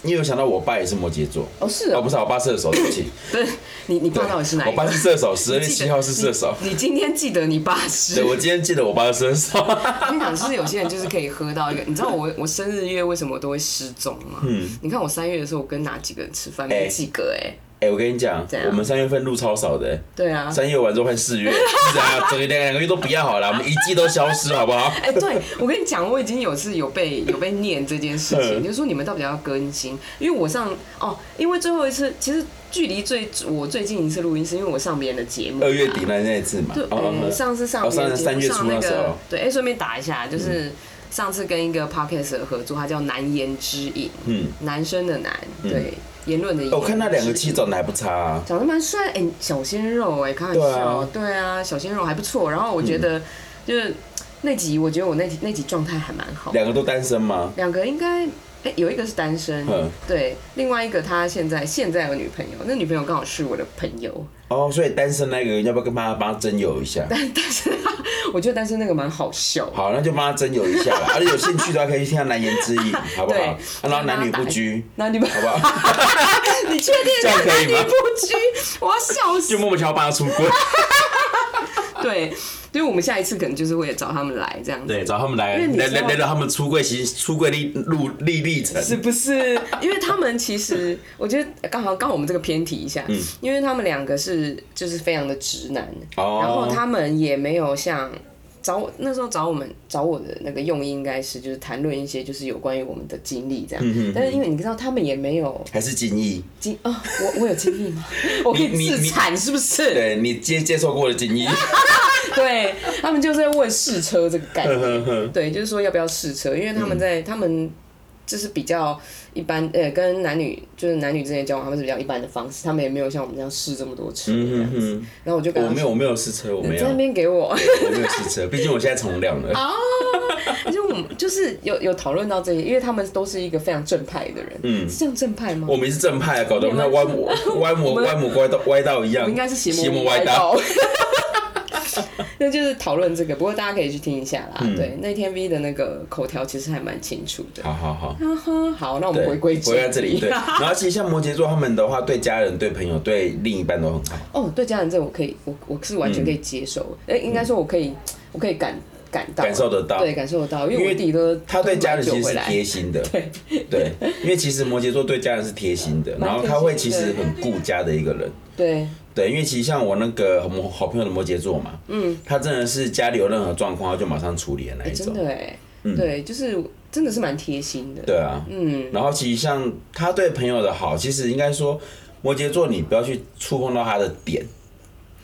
Speaker 2: 因为我想到我爸也是摩羯座，
Speaker 1: 哦是
Speaker 2: 哦
Speaker 1: 哦，
Speaker 2: 不是啊，我爸射手，对不起，
Speaker 1: 不是 你你 爸到底是哪一
Speaker 2: 我爸
Speaker 1: 个？
Speaker 2: 是射手，十二
Speaker 1: 你
Speaker 2: 月
Speaker 1: 记得
Speaker 2: 七号是射手，
Speaker 1: 你今天记得你爸
Speaker 2: 对
Speaker 1: 是？
Speaker 2: 我今天记得我爸是射手，
Speaker 1: 我跟你讲，就是有些人就是可以喝到一个，你知道我我生日月为什么都会失踪吗？嗯，你看我三月的时候，我跟哪几个人吃饭？没
Speaker 2: 哎
Speaker 1: 几个哎、
Speaker 2: 哎、我跟你讲
Speaker 1: 怎，样
Speaker 2: 我们三月份录超少的、
Speaker 1: 对啊，
Speaker 2: 三月完之后换四月，是啊，整个两两个月都不要好了，我们一季都消失好不好？
Speaker 1: 哎、对我跟你讲，我已经有次有被有被念这件事情，
Speaker 2: 嗯
Speaker 1: 就是说你们到底要更新？因为我上哦，因为最后一次其实距离最我最近一次录音是因为我上别人的节目，啊
Speaker 2: 二月底那那一次嘛
Speaker 1: 对，，
Speaker 2: 哦
Speaker 1: 嗯，上次上
Speaker 2: 哦
Speaker 1: 别人
Speaker 2: 上
Speaker 1: 的
Speaker 2: 次
Speaker 1: 节
Speaker 2: 三
Speaker 1: 目
Speaker 2: 月初
Speaker 1: 上那
Speaker 2: 那时
Speaker 1: 个
Speaker 2: 候，嗯
Speaker 1: 对，哎、顺便打一下，就是上次跟一个 podcast 的合作，它叫难言之隐，
Speaker 2: 嗯，哦
Speaker 1: 男生的男，对，言论的言，
Speaker 2: 我看那两个期
Speaker 1: 之隐。
Speaker 2: 长得还不差、啊，
Speaker 1: 长得蛮帅，哎、小鲜肉、哎，开玩笑，对啊小鲜肉还不错。然后我觉得，
Speaker 2: 嗯
Speaker 1: 就是那集，我觉得我那集那集状态还蛮好的。
Speaker 2: 两个都单身吗？
Speaker 1: 两个应该，哎、有一个是单身
Speaker 2: 嗯，
Speaker 1: 对，另外一个他现在现在有女朋友，那女朋友刚好是我的朋友，
Speaker 2: 哦，所以单身那个要不要跟妈妈帮他征友一下？
Speaker 1: 但但是我觉得单身那个蛮好笑，
Speaker 2: 好，那就帮他征友一下 吧。啊而且有兴趣的话，可以去听他难言之隐，好不好？
Speaker 1: 对
Speaker 2: 啊然后男女不拘，
Speaker 1: 那你们
Speaker 2: 好不好？
Speaker 1: 你确定
Speaker 2: 这样
Speaker 1: 他
Speaker 2: 可
Speaker 1: 男
Speaker 2: 以
Speaker 1: 女
Speaker 2: 吗
Speaker 1: 不拘？我要笑
Speaker 2: 就
Speaker 1: 死。
Speaker 2: 默默悄悄帮他出 柜。
Speaker 1: 对，因为我们下一次可能就是会找他们来这样子。
Speaker 2: 对，找他们来
Speaker 1: 因为你知
Speaker 2: 来
Speaker 1: 道
Speaker 2: 来来聊他们出柜其实出柜历路历历程。
Speaker 1: 是不是？因为他们其实，我觉得刚好刚好我们这个偏题一下，
Speaker 2: 嗯
Speaker 1: 因为他们两个是就是非常的直男，
Speaker 2: 哦
Speaker 1: 然后他们也没有像找我那时候找我们找我的那个用意应该是就是谈论一些就是有关于我们的经历这样，
Speaker 2: 嗯
Speaker 1: 但是因为你知道他们也没有
Speaker 2: 还是精益？
Speaker 1: 经啊、我我有经历吗？ 我可以
Speaker 2: 你你
Speaker 1: 自产是不是？
Speaker 2: 对你接接受过的 精益，
Speaker 1: 对他们就是在问试车这个概
Speaker 2: 呵呵呵嗯
Speaker 1: 念，对，就是说要不要试车，因为他们在、他们就是比较一般，呃，跟男女就是男女之间交往，他们是比较一般的方式，他们也没有像我们这样试这么多车这样子。然后我就跟
Speaker 2: 嗯我
Speaker 1: 他
Speaker 2: 没有我没有试车，我没有
Speaker 1: 在那边给我，
Speaker 2: 我没有试车，毕竟我现在从良了。
Speaker 1: 啊就我们就是有有讨论到这些，因为他们都是一个非常正派的人，嗯，是这样正派吗？
Speaker 2: 我们是正派，啊搞得我们像歪 魔歪魔歪魔歪到歪道一样，
Speaker 1: 啊我应该是邪魔
Speaker 2: 魔
Speaker 1: 歪
Speaker 2: 道。
Speaker 1: 道。 那就是讨论这个，不过大家可以去听一下啦。
Speaker 2: 嗯
Speaker 1: 对，那天 V 的那个口条其实还蛮清楚的。
Speaker 2: 好好好。
Speaker 1: 哈哈，好，那我们
Speaker 2: 对，
Speaker 1: 哦回归
Speaker 2: 回到
Speaker 1: 正
Speaker 2: 这里。
Speaker 1: 题
Speaker 2: 对，然后其实像摩羯座他们的话，对家人、对朋友、对另一半都很好。
Speaker 1: 哦，对家人这我可以，我我是完全可以
Speaker 2: 嗯
Speaker 1: 接受，哎、应该说我可以，我可以感感到
Speaker 2: 感受得到
Speaker 1: 对，感受得到，因
Speaker 2: 因
Speaker 1: 为
Speaker 2: 为
Speaker 1: 我弟都
Speaker 2: 他对家人
Speaker 1: 都
Speaker 2: 其
Speaker 1: 蛮
Speaker 2: 实
Speaker 1: 久回
Speaker 2: 是
Speaker 1: 来
Speaker 2: 贴心的，
Speaker 1: 对，
Speaker 2: 对，因为其实摩羯座对家人是贴心的，
Speaker 1: 蛮
Speaker 2: 然后他会其实很顾家的一个人，
Speaker 1: 对，
Speaker 2: 对，因为其实像我那个摩好朋友的摩羯座嘛，嗯，他真的是家里有任何状况，他就马上处理的那
Speaker 1: 哎
Speaker 2: 一
Speaker 1: 真
Speaker 2: 种，
Speaker 1: 的哎、对，就是真的是蛮贴心的，
Speaker 2: 嗯对啊，嗯，然后其实像他对朋友的好，其实应该说摩羯座你不要去触碰到他的点，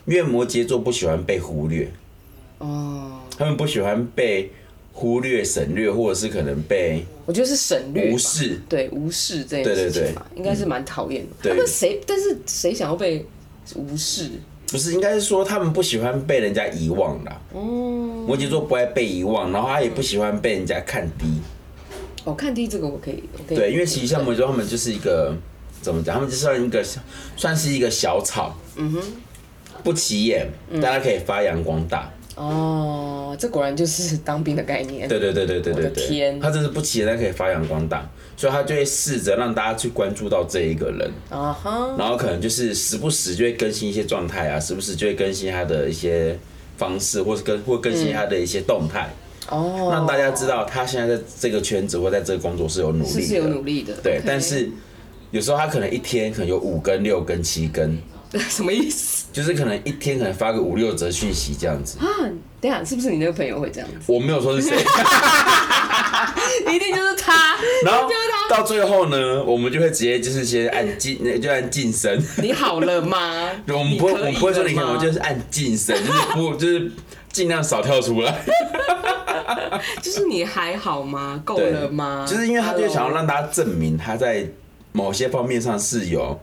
Speaker 2: 因为摩羯座不喜欢被忽略，
Speaker 1: 哦，
Speaker 2: 他们不喜欢被忽略、省略，或者是可能被
Speaker 1: 我觉得是省略吧
Speaker 2: 无，视。
Speaker 1: 对，无视这件事情吧，应该是蛮讨厌的。
Speaker 2: 对
Speaker 1: 那谁？但是谁想要被无视？
Speaker 2: 不是，应该是说他们不喜欢被人家遗忘啦。
Speaker 1: 哦，
Speaker 2: 摩羯座不爱被遗忘，然后他也不喜欢被人家看低。
Speaker 1: 哦，看低这个我可以，我可以
Speaker 2: 对，因为其实像摩羯座，他们就是一个怎么讲？他们就算一个小算是一个小草，嗯哼，嗯不起眼，大家可以发扬光大。
Speaker 1: 哦，这果然就是当兵的概念。
Speaker 2: 对对对对对对
Speaker 1: 我的
Speaker 2: 对，
Speaker 1: 天
Speaker 2: 他真是不起眼，但可以发扬光大，所以他就会试着让大家去关注到这一个人，
Speaker 1: 啊哈，
Speaker 2: 然后可能就是时不时就会更新一些状态啊，时不时就会更新他的一些方式，或是更或更新他的一些动态，
Speaker 1: 嗯哦，
Speaker 2: 让大家知道他现在在这个圈子或在这个工作是有努力的，
Speaker 1: 是是有努力的。
Speaker 2: 对
Speaker 1: OK，
Speaker 2: 但是有时候他可能一天可能有五根、六根、七根，
Speaker 1: 什么意思
Speaker 2: 就是可能一天可能发个五六则讯息这样子。
Speaker 1: 啊？等一下是不是你那个朋友会这样子？
Speaker 2: 我没有说是谁，
Speaker 1: 一定就是他，
Speaker 2: 然后
Speaker 1: 就是他。
Speaker 2: 到最后呢，我们就会直接就是先按静，就按静声。
Speaker 1: 你好了吗？
Speaker 2: 我们不会，我
Speaker 1: 你可以
Speaker 2: 们不会说你看，
Speaker 1: 了吗
Speaker 2: 我们就是按静声，就是不就是尽量少跳出来。
Speaker 1: 就是你还好吗？够
Speaker 2: 对
Speaker 1: 了吗？哦
Speaker 2: 就是因为他就
Speaker 1: Hello
Speaker 2: 想要让大家证明他在某些方面上是有，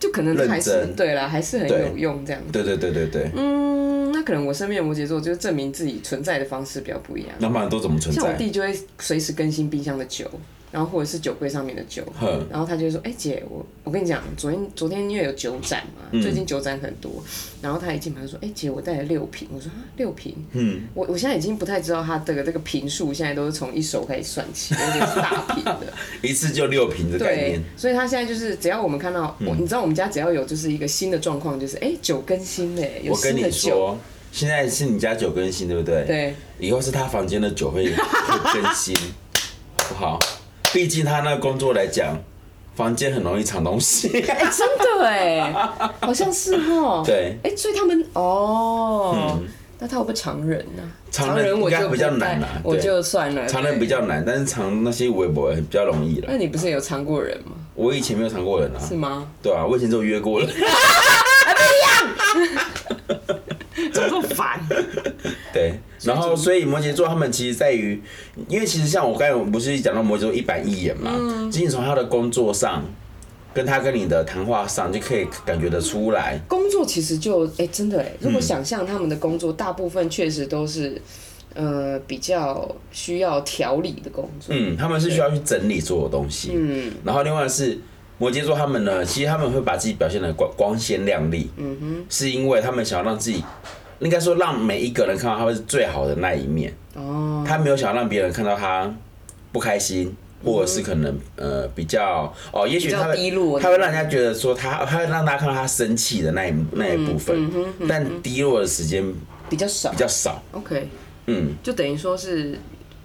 Speaker 1: 就可能还是
Speaker 2: 认真
Speaker 1: 对了，还是很有用这样。
Speaker 2: 对对对对对。
Speaker 1: 嗯，那可能我身边的摩羯座就是证明自己存在的方式比较不一样。
Speaker 2: 那不然都怎么存
Speaker 1: 像我
Speaker 2: 在？
Speaker 1: 弟就会随时更新冰箱的酒，然后或者是酒柜上面的酒
Speaker 2: 哼，
Speaker 1: 然后他就会说：“哎、姐，我我跟你讲，昨天昨天因为有酒展嘛，
Speaker 2: 嗯
Speaker 1: 最近酒展很多，然后他一进门就说：‘哎、姐，我带了六瓶。’我说：‘啊，六瓶？’嗯，我我现在已经不太知道他这个这个瓶数，现在都是从一手开始算起，有点是大瓶 的。
Speaker 2: 一次就六瓶的概
Speaker 1: 对
Speaker 2: 念。，嗯
Speaker 1: 所以他现在就是只要我们看到，我你知道我们家只要有就是一个新的状况，就是哎、酒更新嘞，有
Speaker 2: 我跟
Speaker 1: 新的
Speaker 2: 你
Speaker 1: 酒，
Speaker 2: 说，现在是你家酒更新，对不对？。
Speaker 1: 对，
Speaker 2: 以后是他房间的酒会会更新，好不好？毕竟他那个工作来讲，房间很容易藏东 西。
Speaker 1: 哎、真 的哎，好像是哦。
Speaker 2: 对嗯
Speaker 1: 哎、所以他们哦，那他会不会常人呢、啊？
Speaker 2: 常人
Speaker 1: 人我
Speaker 2: 应
Speaker 1: 就
Speaker 2: 该比较
Speaker 1: 不太
Speaker 2: 难啊
Speaker 1: 我
Speaker 2: 对
Speaker 1: 就算了。
Speaker 2: 藏人比
Speaker 1: 对。
Speaker 2: 较难，但是藏那些微博比较容易了
Speaker 1: 那。你不是有藏过人吗？
Speaker 2: 我以前没有藏过人啊，
Speaker 1: 是 吗？
Speaker 2: 对啊，我以前只有约过人。
Speaker 1: 怎么这么烦？
Speaker 2: 对，然后所以摩羯座他们其实在于，因为其实像我刚才不是讲到摩羯座一板一眼嘛，仅仅从他的工作上，跟他跟你的谈话上就可以感觉得出来。
Speaker 1: 工作其实就哎、真的哎、如果想象他们的工作，大部分确实都是呃比较需要调理的工作。
Speaker 2: 嗯，他们是需要去整理所有东西。嗯，然后另外是摩羯座，他们呢，其实他们会把自己表现的光光鲜亮丽。嗯哼，是因为他们想要让自己，应该说让每一个人看到他们是最好的那一面。
Speaker 1: 哦，
Speaker 2: 他没有想要让别人看到他不开心，或者是可能呃比较哦，也许他
Speaker 1: 比较
Speaker 2: 会
Speaker 1: 低落的
Speaker 2: 他会让人家觉得说他他会让大家看到他生气的那一那一部
Speaker 1: 嗯
Speaker 2: 分，但低落的时间
Speaker 1: 比较少
Speaker 2: 比。较少。
Speaker 1: OK，
Speaker 2: 嗯，
Speaker 1: 就等于说是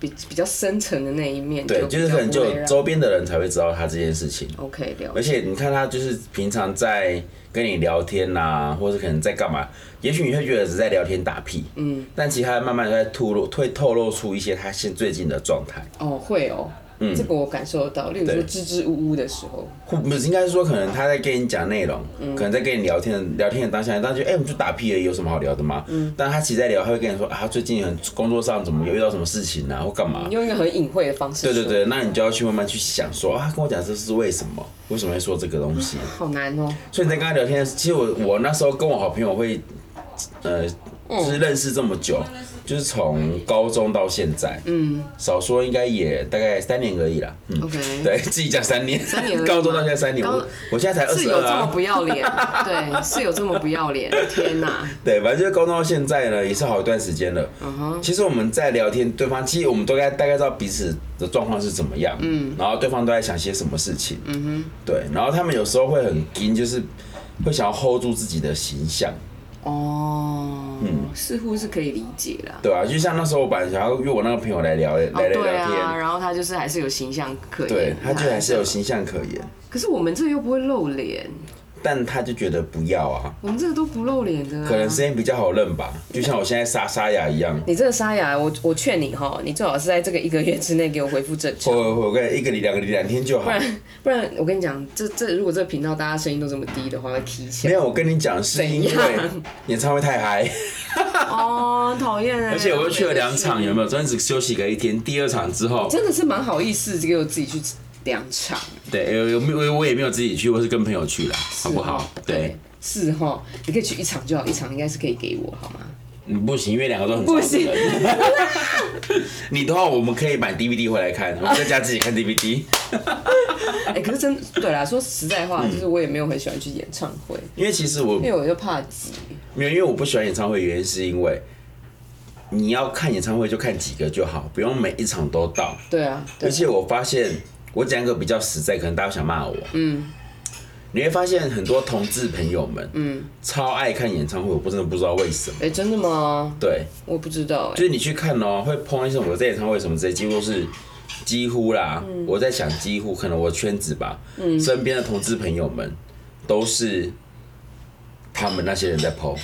Speaker 1: 比比较深层的那一面，
Speaker 2: 对，
Speaker 1: 比
Speaker 2: 就是
Speaker 1: 较
Speaker 2: 可能
Speaker 1: 不
Speaker 2: 就
Speaker 1: 会
Speaker 2: 有
Speaker 1: 让
Speaker 2: 周边的人才会知道他这件事情。
Speaker 1: OK 了
Speaker 2: 而
Speaker 1: 解，
Speaker 2: 且你看他就是平常在跟你聊天呐、或者可能在干嘛，也许你会觉得只是在聊天打屁，嗯，但其实他慢慢地在透露，会透露出一些他现最近的状态，
Speaker 1: 哦会哦，这个我感受得到，例如
Speaker 2: 嗯
Speaker 1: 说
Speaker 2: 对
Speaker 1: 支支吾吾的时候，
Speaker 2: 或不是应该是说可能他在跟你讲内容，可能在跟你聊天的聊天的当下，当时觉得哎、我们就打屁而已，有什么好聊的吗？嗯，但他其实在聊，他会跟你说啊，他最近很工作上怎么有遇到什么事情啊，或干嘛
Speaker 1: 你。用一个很隐晦的方式，
Speaker 2: 对对，对，那你就要去慢慢去想说啊，他跟我讲这是为什么？为什么会说这个东西？
Speaker 1: 好难哦，
Speaker 2: 所以你在跟他聊天，其实我我那时候跟我好朋友会，呃，就是认识这么久，就是从高中到现在，嗯，少说应该也大概三年而已啦，嗯
Speaker 1: OK
Speaker 2: 对自己讲三年，
Speaker 1: 三年而已嘛
Speaker 2: 高中到现在三年，
Speaker 1: 高
Speaker 2: 我我现在才二
Speaker 1: 是
Speaker 2: 十
Speaker 1: 有
Speaker 2: 二
Speaker 1: 这么
Speaker 2: 啊
Speaker 1: 不，要脸，对，是有这么不 要脸，天哪，
Speaker 2: 对，反正就是高中到现在呢，也是好一段时间了。
Speaker 1: 嗯
Speaker 2: 其实我们在聊天，对方其实我们都该大概知道彼此的状况是怎么样，嗯，然后对方都在想些什么事情，嗯哼，对，然后他们有时候会很硬，就是会想要 hold 住自己的形象。
Speaker 1: 哦，
Speaker 2: 嗯
Speaker 1: 似乎是可以理解啦。
Speaker 2: 对啊，就像那时候我本来想要约我那个朋友来聊来
Speaker 1: 哦
Speaker 2: 来聊
Speaker 1: 对啊，
Speaker 2: 天，
Speaker 1: 然后他就是还是有形象可言，哎
Speaker 2: 对，他就还是有，形象可言，
Speaker 1: 可是我们这又不会露脸，
Speaker 2: 但他就觉得不要啊，
Speaker 1: 我们这个都不露脸的啊，
Speaker 2: 可能声音比较好认吧，就像我现在沙沙哑一样。
Speaker 1: 你这个沙哑，我我劝你哈，你最好是在这个一个月之内给我回复正常，
Speaker 2: 会会会，我跟你一个礼两个礼两天就好
Speaker 1: 不。然不然我跟你讲，这这如果这个频道大家声音都这么低的话，会踢起
Speaker 2: 没
Speaker 1: 来。
Speaker 2: 有，我跟你讲，是因
Speaker 1: 怎
Speaker 2: 为
Speaker 1: 样
Speaker 2: 演唱会太 嗨，
Speaker 1: 哦，讨厌哎！
Speaker 2: 而且我又去了两场，有没有？专只休息个一天，第二场之后，
Speaker 1: 真的是蛮好意思给我自己去两场，
Speaker 2: 对，有有没有我也没有自己去，我是跟朋友去啦，
Speaker 1: 是
Speaker 2: 好啊不
Speaker 1: 哦
Speaker 2: 好？对，，
Speaker 1: 是哈，你可以去一场就好，一场应该是可以给我好吗？
Speaker 2: 嗯，不行，因为两个都很
Speaker 1: 不
Speaker 2: 吵的人。 你的话，我们可以买 DVD 回来看，我们在家自己看 DVD，啊
Speaker 1: 哎、可是真对啦，说实在
Speaker 2: 嗯
Speaker 1: 话，就是我也没有很喜欢去演唱会，
Speaker 2: 因为其实我
Speaker 1: 因为我就怕挤。
Speaker 2: 没有，因为我不喜欢演唱会，原因是因为你要看演唱会就看几个就好，不用每一场都到。
Speaker 1: 对啊，对
Speaker 2: 而且我发现，我讲一个比较实在，可能大家想骂我。嗯。你会发现很多同志朋友们，嗯，超爱看演唱会，我不真的不知道为什么。
Speaker 1: 哎、真的吗？
Speaker 2: 对，
Speaker 1: 我不知道哎、
Speaker 2: 就是你去看哦、会碰一些我在演唱会什么之类，几乎都是几乎啦。
Speaker 1: 嗯
Speaker 2: 我在想，几乎可能我圈子吧，嗯，身边的同志朋友们都是他们那些人在 PO。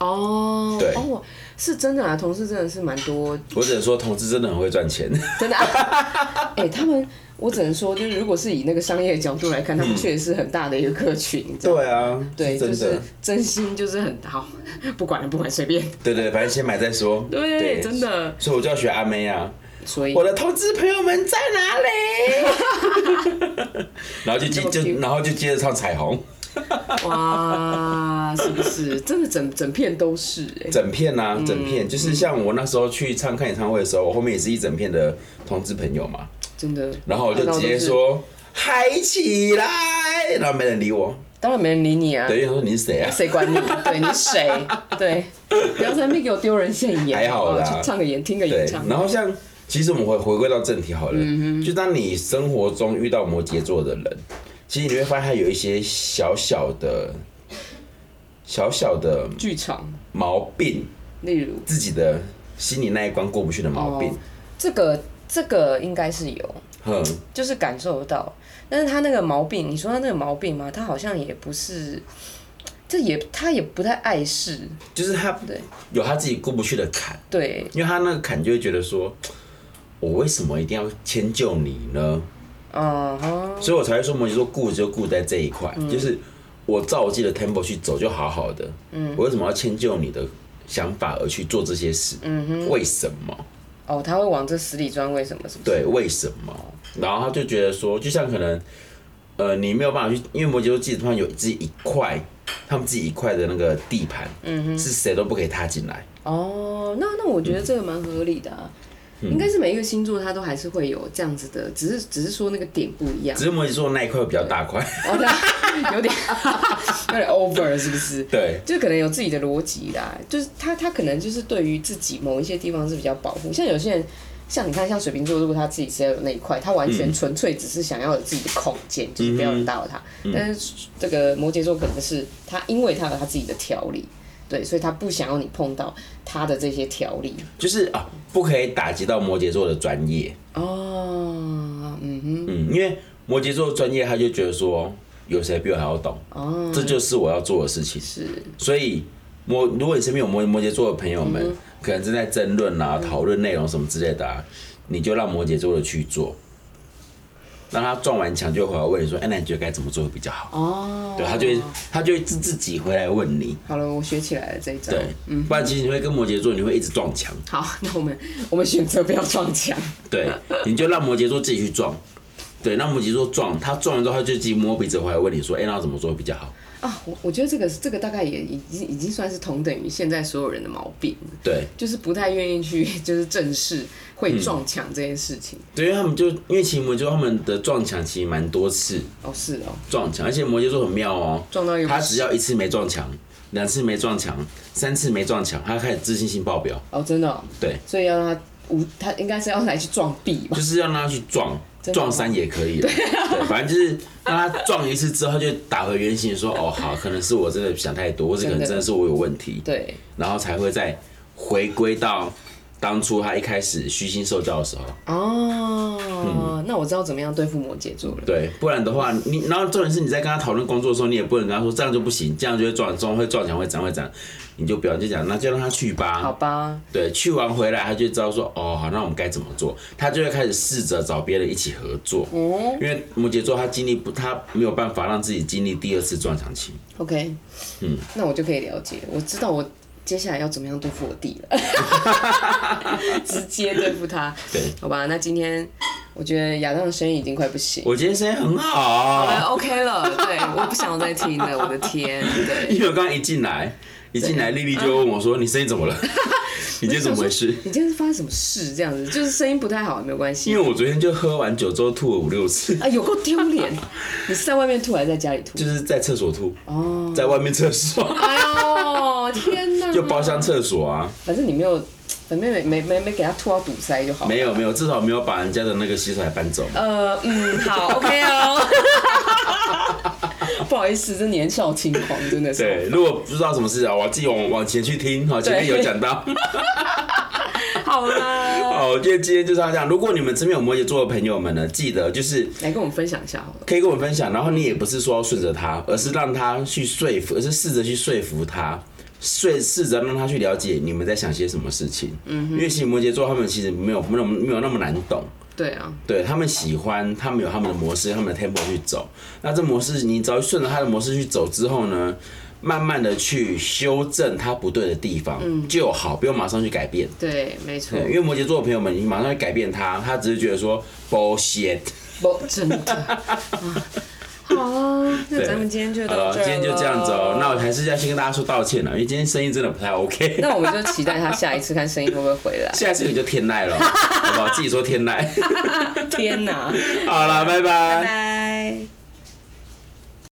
Speaker 1: 哦，
Speaker 2: 对
Speaker 1: 哦，是真的啊，同事真的是蛮多，
Speaker 2: 我只能说，同志真的很会赚钱。
Speaker 1: 真的、啊。 哎、他们，我只能说，就是如果是以那个商业角度来看，他们确实是很大的一个客群，你知道吗
Speaker 2: 对啊，
Speaker 1: 对，
Speaker 2: 嗯真
Speaker 1: 就
Speaker 2: 的，
Speaker 1: 是真心就是很 好，不管了，不管随便。
Speaker 2: 对对，反正先买再说。
Speaker 1: 对真的
Speaker 2: 所以我就要学阿妹啊。
Speaker 1: 所以
Speaker 2: 我的投资朋友们在哪里？ 然后就 接
Speaker 1: 这么
Speaker 2: 就
Speaker 1: cute
Speaker 2: 然后就接着唱彩虹，
Speaker 1: 哇，是不是真的整整片都是、哎，
Speaker 2: 整片啊，整片就是像我那时候去唱看演唱会的时候，我后面也是一整片的同志朋友嘛，
Speaker 1: 真的。
Speaker 2: 啊然后我就直接
Speaker 1: 看到都是，
Speaker 2: 说嗨起来，然后没人理我，
Speaker 1: 当然没人理你啊，
Speaker 2: 对，因为他说你是谁啊？
Speaker 1: 谁管你？对你谁？对，不要在那边给我丢人现眼，
Speaker 2: 还好啦
Speaker 1: 不去唱个演，听个
Speaker 2: 对
Speaker 1: 演唱，会。
Speaker 2: 然后像其实我们回回归到正题好了，就当你生活中遇到摩羯座的人，其实你会发现他有一些小小的、小小的
Speaker 1: 剧场，
Speaker 2: 毛病，
Speaker 1: 例如
Speaker 2: 自己的心里那一关过不去的毛病
Speaker 1: 哦。这个这个应该是有，
Speaker 2: 哼、
Speaker 1: 就是感受得到。但是他那个毛病，你说他那个毛病吗？他好像也不是，这也他也不太碍事，
Speaker 2: 就是他
Speaker 1: 对
Speaker 2: 有他自己过不去的坎，
Speaker 1: 对，
Speaker 2: 因为他那个坎就会觉得说，我为什么一定要迁就你呢？
Speaker 1: 嗯哼，
Speaker 2: 所以我才会说摩羯座顾就顾在这一块，
Speaker 1: 嗯
Speaker 2: 就是我照我自己的 tempo 去走就好好的，
Speaker 1: 嗯
Speaker 2: 我为什么要迁就你的想法而去做这些事？
Speaker 1: 嗯
Speaker 2: 为什么？
Speaker 1: 哦，他会往这死里钻，为什么？是不是？
Speaker 2: 对，为什么？然后他就觉得说，就像可能，呃，你没有办法去，因为摩羯座自己他们有自己一块，他们自己一块的那个地盘，是谁都不可以踏进来。
Speaker 1: 哦，那那我觉得这个蛮合理的、啊。应该是每一个星座它都还是会有这样子的，只是只是说那个点不一 样
Speaker 2: 只。是摩羯座那一块比较大块，
Speaker 1: 哦，对，有点 有点 over 是不是？
Speaker 2: 对，
Speaker 1: 就可能有自己的逻辑啦，就是他他可能就是对于自己某一些地方是比较保护，像有些人，像你看像水瓶座，如果他自己是要有那一块，他完全纯粹只是想要有自己的空
Speaker 2: 嗯
Speaker 1: 间，就是不要人打扰他。但是这个摩羯座可能是他，因为他有他自己的条理，对，所以他不想要你碰到他的这些条理。
Speaker 2: 就是啊，不可以打击到摩羯座的专业。
Speaker 1: 哦，嗯
Speaker 2: 嗯，因为摩羯座专业，他就觉得说有谁比我还要懂，
Speaker 1: 哼，哦，
Speaker 2: 这就是我要做的事情。
Speaker 1: 是
Speaker 2: 所以摩，如果你身边有摩摩羯座的朋友们，可能正在争论啊、讨论内容什么之类的啊，你就让摩羯座的去做，让他撞完墙就回来问你说：“哎，那你觉得该怎么做会比较好
Speaker 1: 哦？”，
Speaker 2: 对，他就会他就会自自己回来问你，
Speaker 1: 好了，我学起来了这一招。
Speaker 2: 对，不然其实你会跟摩羯座，你会一直撞墙，
Speaker 1: 好，那我们我们选择不要撞墙。
Speaker 2: 对，你就让摩羯座自己去撞。对，让摩羯座撞，他撞完之后，他就自己摸鼻子回来问你说：“哎、那要怎么做会比较好
Speaker 1: 啊，我我觉得这个这个大概也已经已经算是同等于现在所有人的毛病了，？”
Speaker 2: 对，
Speaker 1: 就是不太愿意去 就是正视
Speaker 2: 嗯
Speaker 1: 会撞墙这件事情。
Speaker 2: 对，因为他们就因为其实摩羯座他们的撞墙其实蛮多次
Speaker 1: 哦，是哦，
Speaker 2: 撞墙，而且摩羯座很妙哦，
Speaker 1: 撞到一个
Speaker 2: 他只要一次没撞墙，两次没撞墙，三次没撞墙，他开始自信心爆表，
Speaker 1: 哦，真的、哦，
Speaker 2: 对，
Speaker 1: 所以要让他无他应该是要来去撞壁吧
Speaker 2: 就？是要让他去撞，
Speaker 1: 真的吗
Speaker 2: 撞山也可以了，对，反正就是让他撞一次之后他就打回原形，说哦好，可能是我真的想太多，或是可能
Speaker 1: 真的
Speaker 2: 真的是我有问题，
Speaker 1: 对，
Speaker 2: 然后才会再回归到当初他一开始虚心受教的时候。
Speaker 1: 哦，那我知道怎么样对付摩羯座了。
Speaker 2: 嗯对，不然的话，你然后重点是你在跟他讨论工作的时候，你也不能跟他说这样就不行，这样就会撞撞会撞墙会涨会涨，你就不要就讲，那就让他去吧。
Speaker 1: 好吧，
Speaker 2: 对，去完回来他就知道说哦好，那我们该怎么做，他就会开始试着找别人一起合作。
Speaker 1: 哦
Speaker 2: 因为摩羯座他经历不，他没有办法让自己经历第二次撞墙期。
Speaker 1: OK，嗯，那我就可以了解，我知道我接下来要怎么样 对付我弟了，直接对付他。
Speaker 2: 对，
Speaker 1: 好吧，那今天我觉得亚当的声音已经快不行。
Speaker 2: 我今天声音很
Speaker 1: 好了
Speaker 2: 好，
Speaker 1: 哎，OK 了，对，我不想再听了，我的天，对。
Speaker 2: 因为我刚刚一进来，一进来丽丽就问我说：“你声音怎么 了？你今天怎么回事
Speaker 1: 你今天是发生什么事？这样子，就是声音不太好，没有关？”系
Speaker 2: 因为。我昨天就喝完酒之后吐了五六次，
Speaker 1: 啊，有够丢脸！你是在外面吐还是在家里吐
Speaker 2: 就？是在厕所吐，
Speaker 1: 哦，
Speaker 2: 在外面厕所，
Speaker 1: 哎呦，天哪！
Speaker 2: 就包厢厕所啊，
Speaker 1: 反正你没有，反正没没没没给他吐到堵塞就好。
Speaker 2: 没有没有，至少没有把人家的那个洗手台搬走。
Speaker 1: 呃，嗯，好，OK 哦。 不好意思，这年少轻狂真的是。
Speaker 2: 对，如果不知道什么事啊，我自己往往前去听，好，前面有讲 到。
Speaker 1: 好啦，
Speaker 2: 哦，我觉得今天就是要这样。如果你们身边有摩羯座的朋友们呢，记得就是
Speaker 1: 来跟我们分享一下好了。
Speaker 2: 可以跟我们分享，然后你也不是说要顺着他，而是让他去说服，而是试着去说服他，试试着让他去了解你们在想些什么事情。嗯，因为其实摩羯座他们其实没有没有没有那么难懂，
Speaker 1: 对啊，
Speaker 2: 对他们喜欢，他们有他们的模式，他们的 tempo 去走。那这模式，你只要顺着他的模式去走之后呢，慢慢的去修正他不对的地方就好，不用马上去改变。
Speaker 1: 对，没错
Speaker 2: 对，，因为摩羯座的朋友们，你马上去改变他，他只是觉得说 bullshit。
Speaker 1: 不，真的。啊 好啊，那咱们今天就
Speaker 2: 好
Speaker 1: 到
Speaker 2: 了，
Speaker 1: 这
Speaker 2: 呃今
Speaker 1: 儿
Speaker 2: 天就这样子哦、
Speaker 1: 了
Speaker 2: 那我还是要先跟大家说道歉了，因为今天声音真的不太 OK。
Speaker 1: 那我们就期待他下一次看声音会不会回 来。
Speaker 2: 下次你就天籁了，好不好？自己说天籁。
Speaker 1: 天哪！
Speaker 2: 好了，拜拜
Speaker 1: 拜。